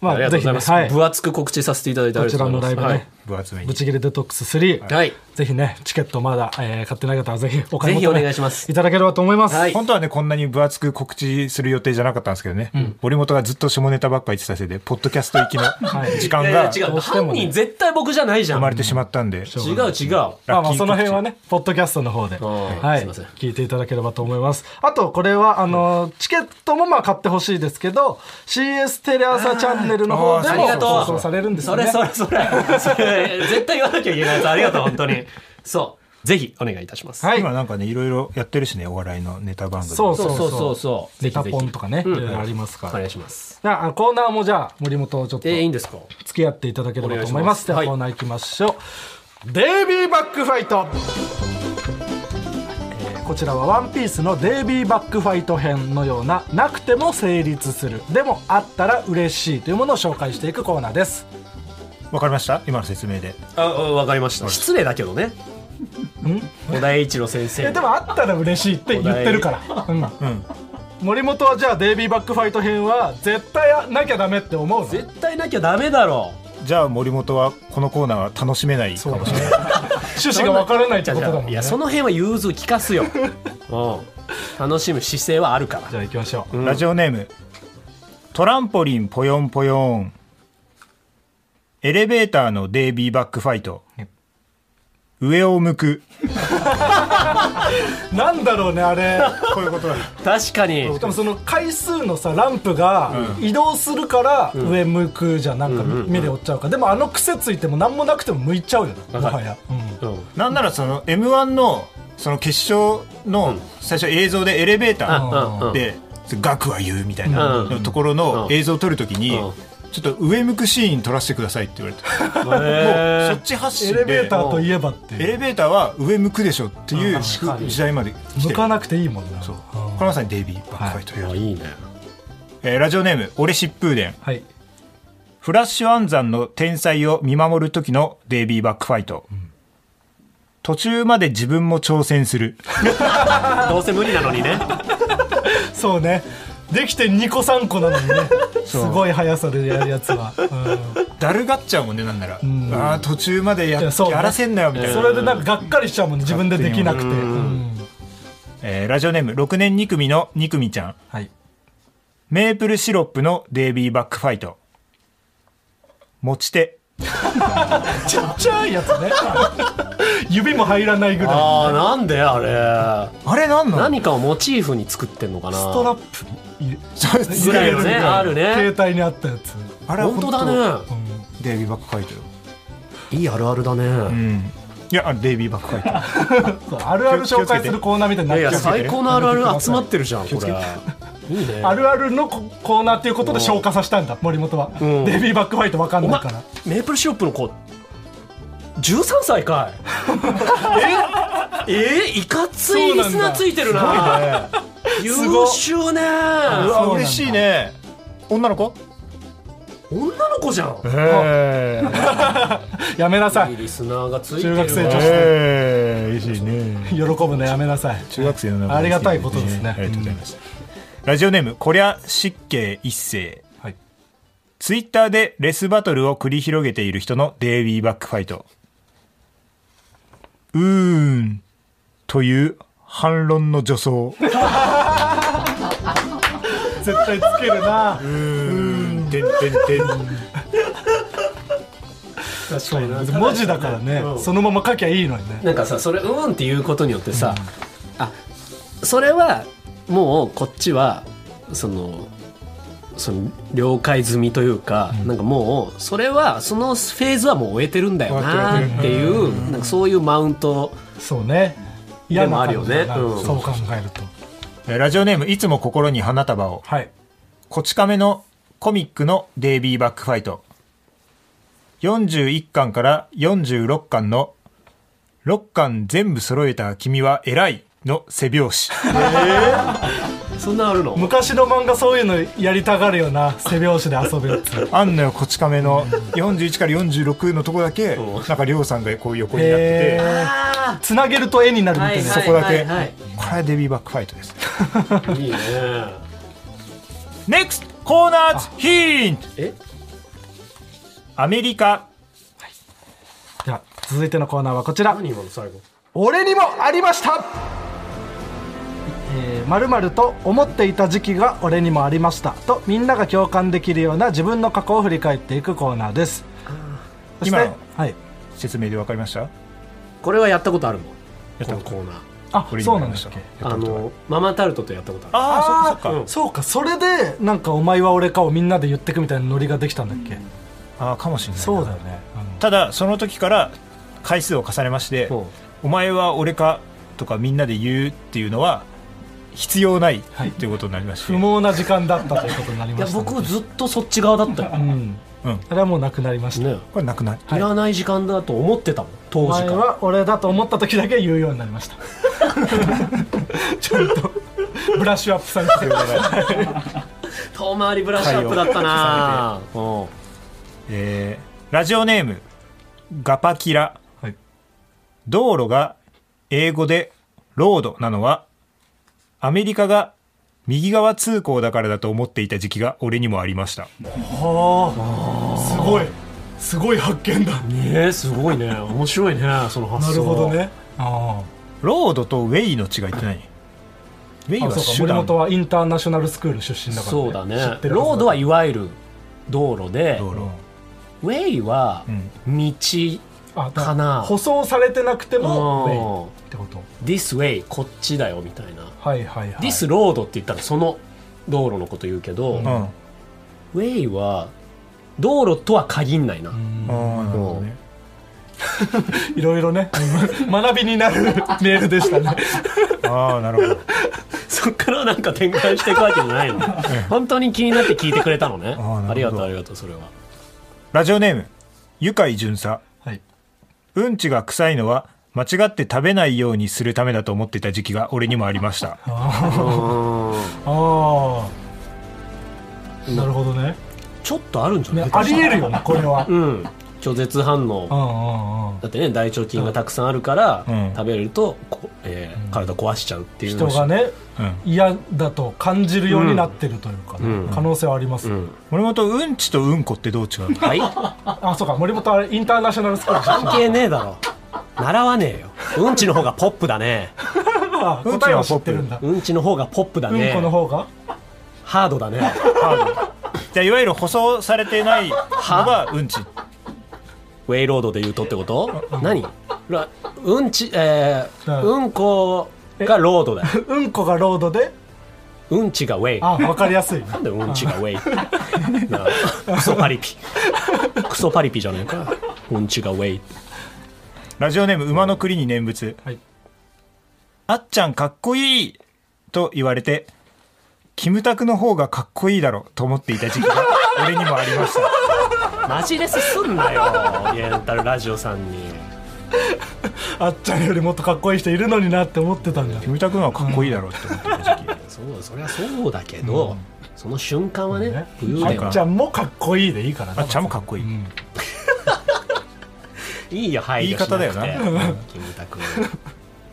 まありがとうございます、ぜひねはい分厚く告知させていただいてあこりちがとらうのござライいブます分厚ねめ「にブ。チギレデトックス3」はい、はいぜひねチケットまだ、えー買ってない方はぜひお買い求めぜひお願いしますいただければと思います、はい本当はね、こんなに分厚く告知する予定じゃなかったんですけどね、森本がずっと下ネタばっか言ってたせいで、ポッドキャスト行きのい時間いやがい生や違うどうしてもね犯人絶対僕じゃないじゃんまれてしまったんで、違う違まあうまあラッキー告知その辺はね、ポッドキャストの方で、ーはい、すいません聞いていただければと思います。あと、これは、あの、チケットもまあ買ってほしいですけど、CS テレ朝チャンネルの方であもりがとう放送されるんですよね。それそれそれそれ絶対言わなきゃいけないやつありがとう本当にそうぜひお願いいたしますはい今なんかね、いろいろやってるしね、お笑いのネタ番組。そうそそううそううそそそううそうネタポンとかね、うんいろいろありますかおら。願いしますじゃあ、コーナーもじゃあ、森本ちょっとえーいい付んですかき合っていただければと思います。でおはい願しますはいコーナー行きましょう。デイビーバックファイトえーこちらは「ワンピースのデイビーバックファイト編のようななくても成立するでもあったら嬉しいというものを紹介していくコーナーですわかりました今の説明で。あわかりました失礼だけどね小田栄一郎先生えでもあったら嬉しいって言ってるから、ううんん。森本はじゃあデイビーバックファイト編は絶対なきゃダメって思うの絶対なきゃダメだろじゃあ森本はこのコーナーは楽しめないかもしれない。趣旨がわからないってことだもんねいやそじの辺は融通聞か すようん楽しむ姿勢はあるからゃあ行きましょう、ラジオネーム、トランポリンぽよんぽよん。エレベーターのデイビーバックファイト。上を向く。なんだろうねあ れこういうことだ。確かにしかもその回数のさランプが移動するから上向くじゃんなんか目で追っちゃうからでもあの癖ついても何もなくても向いちゃうよなもかるはや、うんうんなんならその M1 のその決勝の最初映像でエレベータうんうんーで「額は言う」みたいなうんところのうん映像を撮るときにうん「ちょっと上向くシーン撮らせてください」って言われてもうそっち発エ信でレベーターといえばってエいうレベーターは上向くでしょっていううん確かに時代まで来向てるかなくていいもんなそううんこれまさにデイビーバックファイトというあいいねえーラジオネーム「俺疾風伝」はいフラッシュ暗算の天才を見守る時のデイビーバックファイト途中まで自分も挑戦するどうせ無理なのにねそうねできて2個3個なのにねすごい速さでやるやつは、うんだるがっちゃうもんねなんなら、ああ途中までやいやそうねやらせんなよみたいな、それでなんかがっかりしちゃうもんね自分でできなくて、うんえーラジオネーム6年2組の2組ちゃんはいメープルシロップのデイビーバックファイト持ち手ちっちゃいやつね指も入らないぐらいああなんであれあれなんなの何かをモチーフに作ってんのかなストラップに入れそうぐらいのねあるね携帯にあったやつあれは本当だねデイビーバックファイトよいいあるあるだね、うんいやあデイビーバックファイ そうあるある紹介するコーナーみたいにないやっいやちゃう最高のあるある集まってるじゃんこれいいねあるあるのココーナーっていうことで消化させたんだ森本はんデビーバックファイトわかんおな前いからメープルシロップの子13歳か いええいかついリスナーついてるな優秀トうそねうなんわだ嬉しいね女の子女の子じゃんへやめなさいいいリスナーがつい中てる学生女子え嬉しいね喜ぶのやめなさい中学生の名前ありがたいことですねありがとうございます、ラジオネームこりゃ湿気一世はいツイッターでレスバトルを繰り広げている人のデイビーバックファイト。うーん。という反論の助 走。う絶対つけるなーん。てんてんてん。確かにな文字だからねうんそのまま書きゃいいのにねなんかさそれ「うん」っていうことによってさ、あそれはもうこっちはそのその了解済みというか、なんかもうそれはそのフェーズはもう終えてるんだよなっていう、なんかそういうマウントそうねでもあるよね嫌な感じだなうんそう考えるとえーラジオネームいつも心に花束をはいこち亀のコミックのデイビーバックファイト41巻から46巻の6巻全部揃えた君は偉いの背表紙そんなあるの昔の漫画そういうのやりたがるよな背表紙で遊ぶやつあんのよこち亀の41から46のとこだけなんか亮さんがこう横になってへてえあつなげると絵になるみたいな、そーこだけはいはいこれはデイビーバックファイトですはいいいね NEXT コーナーズヒントえアメリカでは続いてのコーナーはこちら何今の最後俺にもありましたえーまるまると思っていた時期が俺にもありましたとみんなが共感できるような自分の過去を振り返っていくコーナーですそして今のはい説明で分かりましたこれはやったことあるのこのコーナーあこれそ今やうなりまんだしったけあのママタルトとやったことあるああそっかそっかうんそうかそれでなんか「お前は俺か」をみんなで言ってくみたいなノリができたんだっけ、ああかもしれないなそうだよねあのただその時から回数を重ねましてうん「お前は俺か」とかみんなで言うっていうのは必要ないっていうことになりまして、不毛な時間だったということになりいまやしたね、僕ずっとそっち側だったよ、うんうんあれはもうなくなりました、ねこれなくないいらない時間だと思ってたもん当お時前からは俺だと思った時だけ言うようになりました ちゃんとブラッシュアップされてる遠回りブラッシュアップだったなうんえーラジオネームガパキラ、はい道路が英語でロードなのはアメリカが右側通行だからだと思っていた時期が俺にもありましたはあすごいすごい発見だねえすごいね面白いねその発な想るほどねあロードとウェイの違いって何ウェイあはそうか手森段本はインターナショナルスクール出身だから、ね、そうだね知ってるずロードはいわゆる道路で道路ウェイはうん道、あだかな舗装されてなくてもウェイっうんてこと This way こっちだよみたいなはいはいはい This road って言ったらその道路のこと言うけど、うん、ウェイは道路とは限んないな、うんあーなるほどねいろいろね 学びにな るメールでしたねああなるほどそっからなんか展開していくわけじゃ ないの本当に気になって聞いてくれたのねあーなるほあどりがとうありがとうそれはラジオネーム愉快巡査はいうんちが臭いのは間違って食べないようにするためだと思っていた時期が俺にもありましたああなるほどねちょっとあるんじゃないねありえるよねこれ はううん拒絶反ん応うんうんだってね大腸菌がたくさんあるから、うん食べるとこ、えー体壊しちゃうっていう人がねうん嫌だと感じるようになってるというかね、うん可能性はあります、うん森本うんちとうんこってどう違 うのはいあそうか森本あれインターナショナルスクールでし関係ねえだろ習わねえようんちの方がポップだねたうん答えは知ってるんだうんちの方がポップだうんね、この方がハードだねじゃあいわゆる舗装されてないのがうんちウェイロードで言うとってこと何らうんちえうー、んうんこがロードだようんこがロードでうんちがウェイあ分かりやすいねなんでうんちがウェイなあクソパリピクソパリピじゃねえかうんちがウェイラジオネーム馬の栗に念仏、はいあっちゃんかっこいいと言われてキムタクの方がかっこいいだろと思っていた時期 が俺にもありましたマジレスすんなよイエンタルラジオさんにあっちゃんよりもっとかっこいい人いるのになって思ってたんだキムタクの方がかっこいいだろって思ってた時期そうそりゃそうだけど、その瞬間はねね武勇伝あはっちゃんもかっこいいでいいからねあっちゃんもかっこいい、うんいいよ配慮しなくて言い方だよキムタク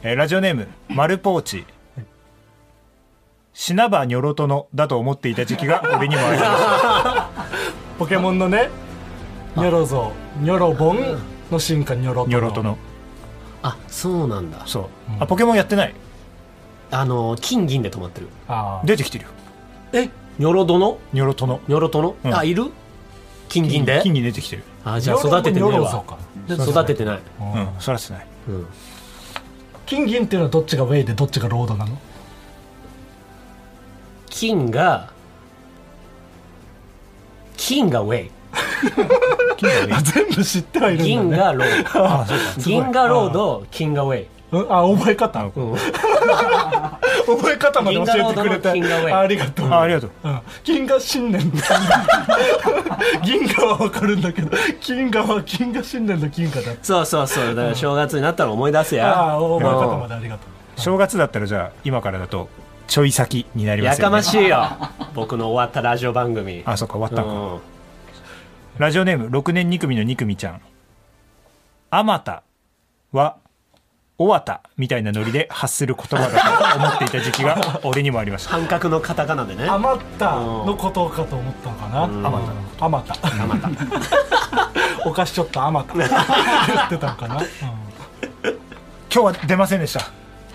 えーラジオネーム丸ポーチ死なばニョロトノだと思っていた時期が俺にもあ りましたポケモンのねニョロゾウニョロボンの進化ニョロトニョロトノあそうなんだそう、あポケモンやってないあの金銀で止まってるあ出てきてるよえニョロ殿ニョロトノニョロ殿、うんあいる金銀で金に出てきてるあじゃあ育ててねニえョロゾウわか育ててない、うんそらせないうん金銀っていうのはどっちがウェイでどっちがロードなの金が金がウェイあ全部知ってはいるんだ、ね、銀がロードあそうか銀がロード金がウェイうんあ覚え方、 覚え方まで教えてくれて銀河ロードの銀河ウェイあありがとうあありがとううん銀河新年 銀河は分かるんだけど金河は金河新年の金河だってそうそうそうだから正月になったら思い出すああや覚え方までありがとう正月だったらじゃあ今からだとちょい先になりまやすよかねましいよ僕の終わったラジオ番組あそっか終わったのかうんラジオネーム6年2組の2組ちゃんあまたはおわたみたいなノリで発する言葉だと思っていた時期が俺にもありました半角のカタカナでね余ったのことかと思ったのかな余った余った 余ったお菓子ちょっと余 った言ってたのかな、うん 今日は出ませんでした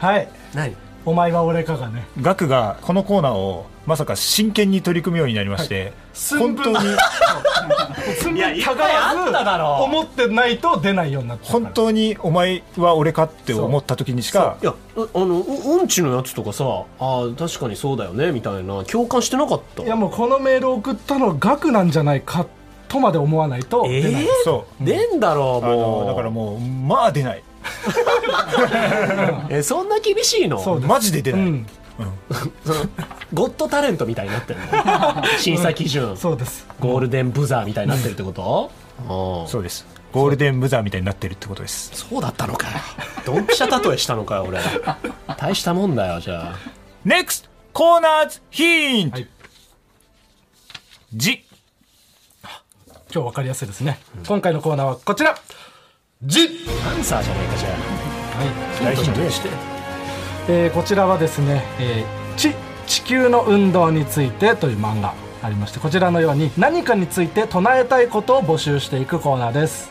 はい何お前は俺かがねガクがこのコーナーをまさか真剣に取り組むようになりまして、本当にいやいっぱいあっただろう思ってないと出ないようになって本当にお前は俺かって思った時にしかいやうあのううんちのやつとかさあー確かにそうだよねみたいな共感してなかったいやもうこのメール送ったの額なんじゃないかとまで思わないとえ出ない、ー、そう出んだろうあのもうだからもうまあ出ないえそんな厳しいのそうですマジで出ない、うんゴッドタレントみたいになってるの 審査基準、そうですゴールデンブザーみたいになってるって こと、うんそうですゴールデンブザーみたいになってるってことですそうだったのかよドンピシャ例えしたのかよ俺大したもんだよじゃあ NEXT コーナーズヒント、はいじ今日わかりやすいですね、今回のコーナーはこちらじアンサーじゃないかじゃ大ヒントでしてえーこちらはですね「えー地地球の運動について」という漫画ありましてこちらのように何かについて唱えたいことを募集していくコーナーです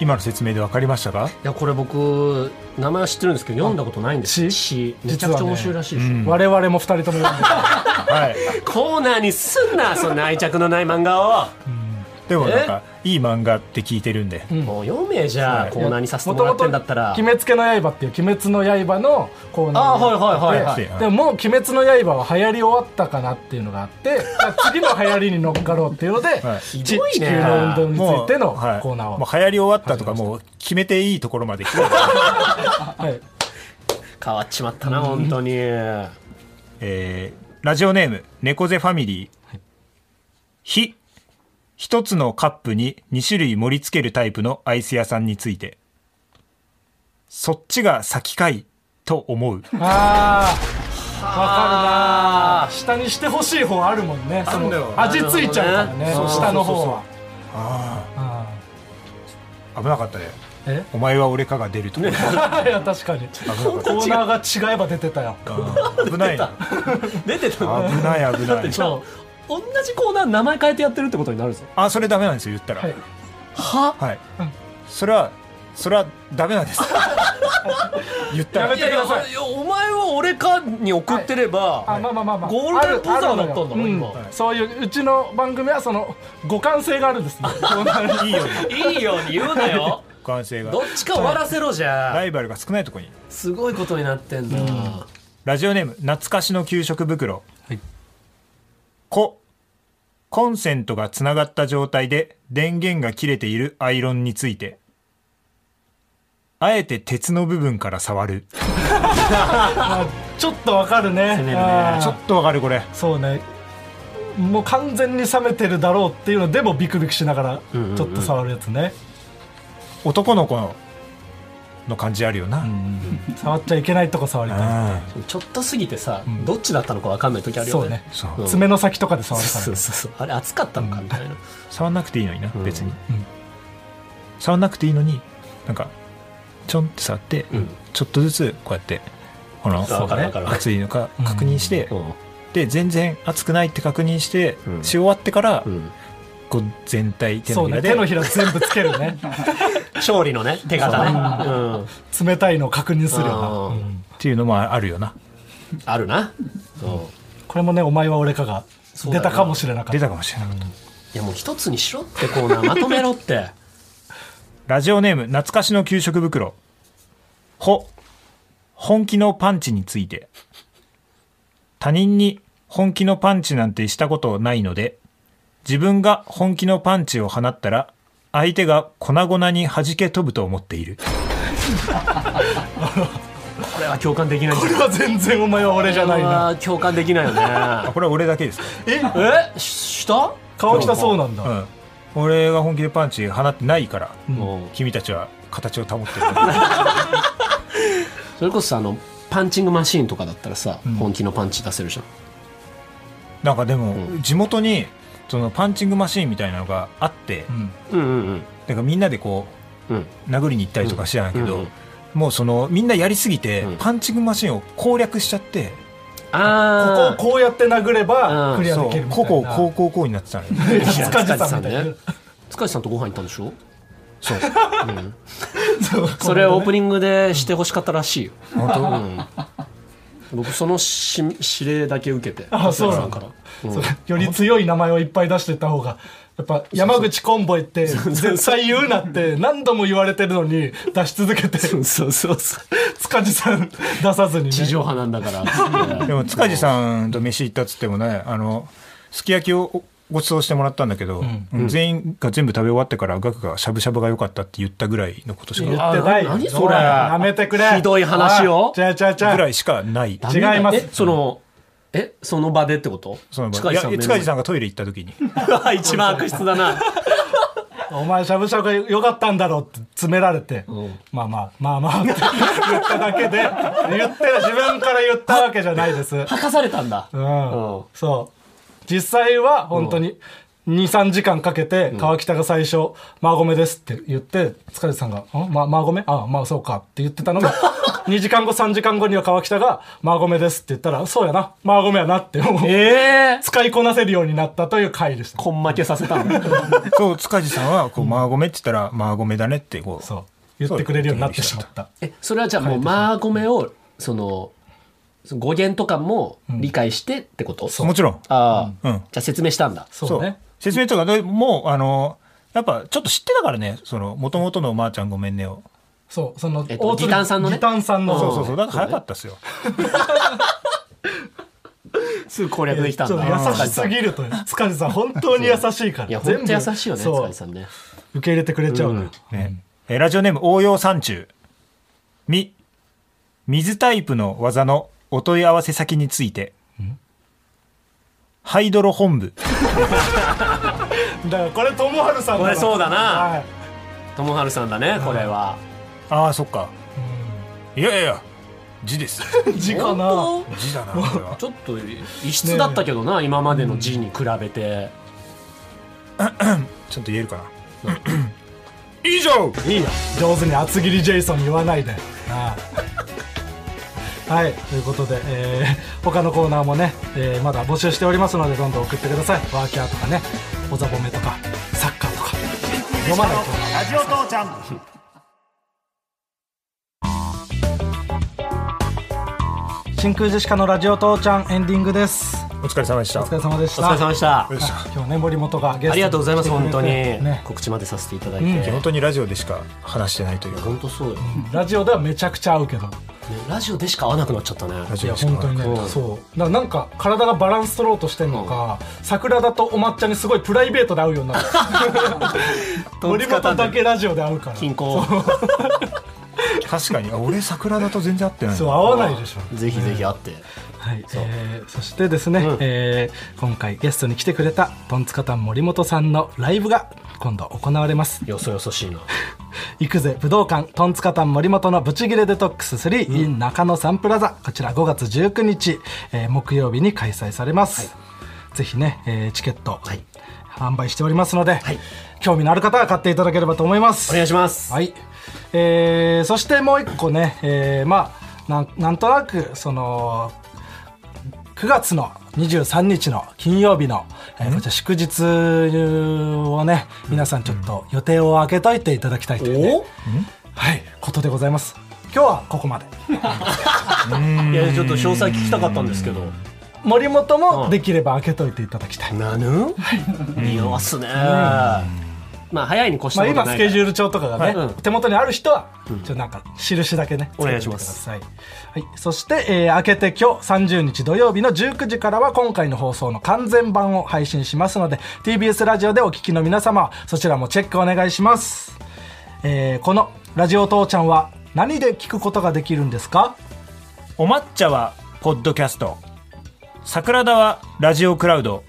今の説明で分かりましたかあいやこれ僕名前は知ってるんですけど読んだことないんですあよししめちゃくちゃ面白いらしいですよ、我々も2人とも読んで たはいコーナーにすんなそんな愛着のない漫画を、 でもなんかいい漫画って聞いてるんで、もう読めじゃあコーナーにさせてもらってんだったらもともと鬼滅の刃」っていう「鬼滅の刃」のコーナーあーはいはいはいはいでもう「鬼滅の刃」は流行り終わったかなっていうのがあってじゃあ次の流行りに乗っかろうっていうので、はい地ひどい地ね球の運動についてのコはいーナーをもう流行り終わったとかもう決めていいところまで来てる、はい変わっちまったな本当にえーラジオネーム猫背ファミリー、ひ一つのカップに2種類盛り付けるタイプのアイス屋さんについてそっちが先かいと思うああわかるあな下にしてほしい方あるもんねそんのだよ味ついちゃうからねなるほどね下の方は危なかったねえ お前は俺かが出ると こいや確かにコーナーが違えば出てたよ危ないな出てた危ない危だっなていじゃあ同じコーナー名前変えてやってるってことになるぞあそれダメなんですよ言ったらはいははい、それはそれはダメなんです 言ったらやめてくださいいやお前は俺かに送ってればあまあまあまあまあゴールデンポザーだったんだろあるのよ今うんそういううちの番組はその互換性があるんですねコーナーにいいようにいいように言うなよ完成がどっちか終わらせろじゃラあイバルが少ないとこにすごいことになってんだなラジオネーム懐かしの給食袋、はいこコンセントがつながった状態で電源が切れているアイロンについてあえて鉄の部分から触るちょっとわかるねめるねあーちょっとわかるこれそうねもう完全に冷めてるだろうっていうのでもビクビクしながらちょっと触るやつね、男の子のの感じあるよな、触っちゃいけないとこ触りたあちょっとすぎてさどっちだったのか分かんない時あいるそようねねそうん爪の先とかで触るかそうらそうねそうあれ熱かったのかみたいな触んなくていいのにな、別に、ん触んなくていいのになんかちょんって触って、んちょっとずつこうやってこのそうわかるわかる熱いのか確認して、うんで全然熱くないって確認して、うんし終わってから、うんこう全体手そのうひらね手で、のひら全部つけるね勝利のね手形ねうん冷たいのを確認するよな、あーうんっていうのもあるよなあるなそうこれもねお前は俺かがそうだ出よたかもしれなか出ったたかもしれない、いやもう一つにしろってコーナーまとめろってラジオネーム懐かしの給食袋ほ本気のパンチについて他人に「本気のパンチなんてしたことないので、自分が本気のパンチを放ったら、相手が粉々に弾け飛ぶと思っている。これは共感できないこれは全然お前は俺じゃないなは共感できないよねあ、これは俺だけですか えしした川北そうなんだうん。俺が本気でパンチ放ってないから、も君たちは形を保ってる。うそれこそさあのパンチングマシーンとかだったらさ、本気のパンチ出せるじゃんなんかでも、地元に、そのパンチングマシーンみたいなのがあって、んうんうんなんかみんなでこう、うんうん殴りに行ったりとかしてたんやけど、うんうんもうそのみんなやりすぎて、うんパンチングマシンを攻略しちゃって、あここをこうやって殴ればうんクリアそでうきるみたこいこなこうこうこうになってたのよーいや塚地さんみたいな塚地塚地さんとご飯行ったんでしょそう それオープニングでしてほしかったらしいよ、本当、うん、僕そのし指令だけ受けてあそうな塚地さんだからそうより強い名前をいっぱい出してった方がやっぱ山口コンボイって絶対言うなって何度も言われてるのに出し続けてそうそうそう塚地さん出さずにね地上波なんだからでも塚地さんと飯行ったっつってもねあのすき焼きをごちそうしてもらったんだけど、うん全員が全部食べ終わってからガクがしゃぶしゃぶが良かったって言ったぐらいのことし言かってないあ何それやめてくれひどい話よちゃうちゃうちゃぐらういしかないダメだ 違いますえそのえその場でってことその塚場い地やさん塚地さんがトイレ行った 時にうわ 一番悪質だなお前しゃぶしゃぶが良かったんだろうって詰められて、まあまあまあまあって言っただけで言ってる自分から言ったわけじゃないです吐かされたんだうんそう実際は本当に23時間かけて川北が最初「マーゴメです」って言って塚地さんが「んま、マーゴメああまあそうか」って言ってた のが2時間後3時間後には川北が「マーゴメです」って言ったら「そうやなマーゴメやな」ってもうええ使いこなせるようになったという回でしたこんまけさせたんだ そう塚地さんはこう「マーゴメ」って言ったら「マーゴメだね」ってこうそう言ってくれるようになってしまったえそれはじゃあもうマーゴメをそのその語源とかも理解してってこと、もちろんああ、うんじゃあ説明したんだそうね説明とかでもうあのやっぱちょっと知ってたからねその元々の「まーちゃんごめんね」をそうそのえっとギタンさんのねギタンさんのそううんそうそうだから早かったっすよすぐ攻略できたんちょっだと優し塚す地さんぎるという塚地さん本当に優しいからいや本当優しいよねそう塚地さんね受け入れてくれちゃうのよ、ねえーラジオネーム応用山中み水タイプの技のお問い合わせ先についてハイドロ本部だからこれ友春さんこれそうだなはい友春さんだねこれは、ああそっかいやいやいや字です字かな字だなこれはちょっと異質だったけどな、今までの字に比べて、ちゃんと言えるかな 以上いいよ上手に厚切りジェイソン言わないでああはいということで、えー他のコーナーもね、えーまだ募集しておりますのでどんどん送ってくださいワーキャーとかねおざぼめとかサッカーとか読まないとラジオ父 ちゃん真空ジェシカのラジオ父ちゃんエンディングですお疲れ様でしたお疲れ様でしおた疲れ様でしたよいしょはい今日ね森本がゲストにありがとうございます来てく本れて当に、ね告知までさせていただいて、うん本当にラジオでしか話してないというか本当そうよ、ね、ラジオではめちゃくちゃ合うけどラジオでしか会わなくなっちゃったねラジいオやでしか本当にねうんそうだからなんか体がバランス取ろうとしてんのか、桜田とお抹茶にすごいプライベートで会うよ うになる森本だけラジオで会うから均衡確かにあ俺桜だと全然合ってないそう合わないでしょ、ぜひぜひ会って、はいそえーそしてですね、えー今回ゲストに来てくれたトンツカタン森本さんのライブが今度行われますよそよそしいな行くぜ武道館トンツカタン森本のブチギレデトックス3 in 中野サンプラザこちら5月19日、えー木曜日に開催されます、ぜひね、えーチケット、はい販売しておりますので、い興味のある方は買っていただければと思いますお願いします、はい、えーそしてもう一個ね、えーまあなんなんとなくその9月の23日の金曜日の、えーこちら祝日をね皆さんちょっと予定を空けといていただきたいという、ねはい、ことでございます今日はここまでいやちょっと詳細聞きたかったんですけど森本 もできれば空けといていただきたい、なぬ匂わすねまあ早いに越したまあ、こ今とないからスケジュール帳とかがね、はいうん手元にある人はちょっとなんか印だけね、お願いしますつけてください、はい、そして、えー明けて今日30日土曜日の19時からは今回の放送の完全版を配信しますので TBS ラジオでお聞きの皆様そちらもチェックお願いします、えーこの「ラジオ父ちゃん」は何で聞くことができるんですかお抹茶はポッドキャスト桜田はラジオクラウド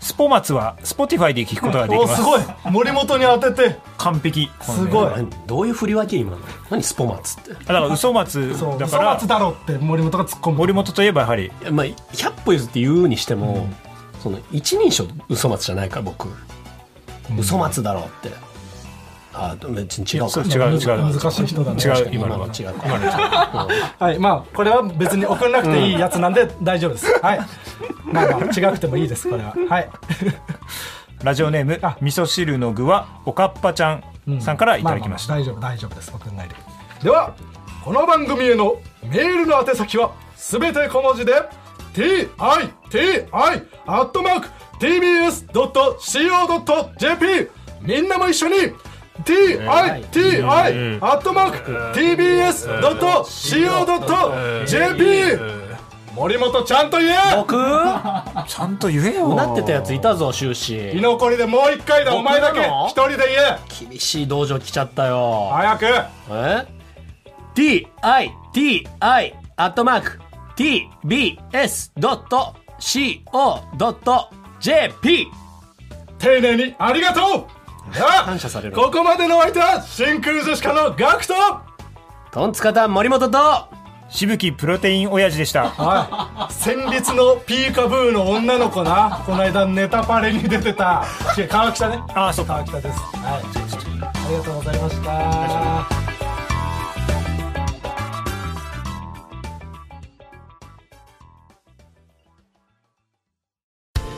スポマツは Spotify で聞くことができますい森本に当てて完璧すごいあ何どういう振り分け今の何スポマツってだから嘘松そうだ嘘から松だろって森本が突っ込む森本といえばやはりいやまあ100歩譲って言うにしても、その一人称嘘松じゃないから僕嘘松だろうって、あでも別に違うそかう違う違う難しい人だね違う今今ののはは違うかはい、まあこれは別に送らなくていいやつなんで大丈夫です。はい。まあまあ違くてもいいですこれは。はい。ラジオネーム味噌汁の具はおかっぱちゃんさんからいただきましたあああ大丈夫大丈夫です送んないで。ではこの番組へのメールの宛先はすべて小文字で t i t i アットマーク t b s ドット c o ドット j p みんなも一緒に t i t i アットマーク t b s ドット c o ドット j p 森本ちゃんと言え。僕なちゃんと言えよってたやついたぞ終居始残りでもう一回だお前だけ僕なの一人で言え厳しい道場来ちゃったよ早くえ ?TITI アットマーク TBS.CO.JP 丁寧にありがとうでは 感謝されるここまでのお相手は真空ジェシカのガクトトンツカタン森本としぶきプロテイン親父でしたはい戦慄のピーカブーの女の子 なこの間ネタパレに出てた違う川北ねああそう川か北ですはいありがとうございました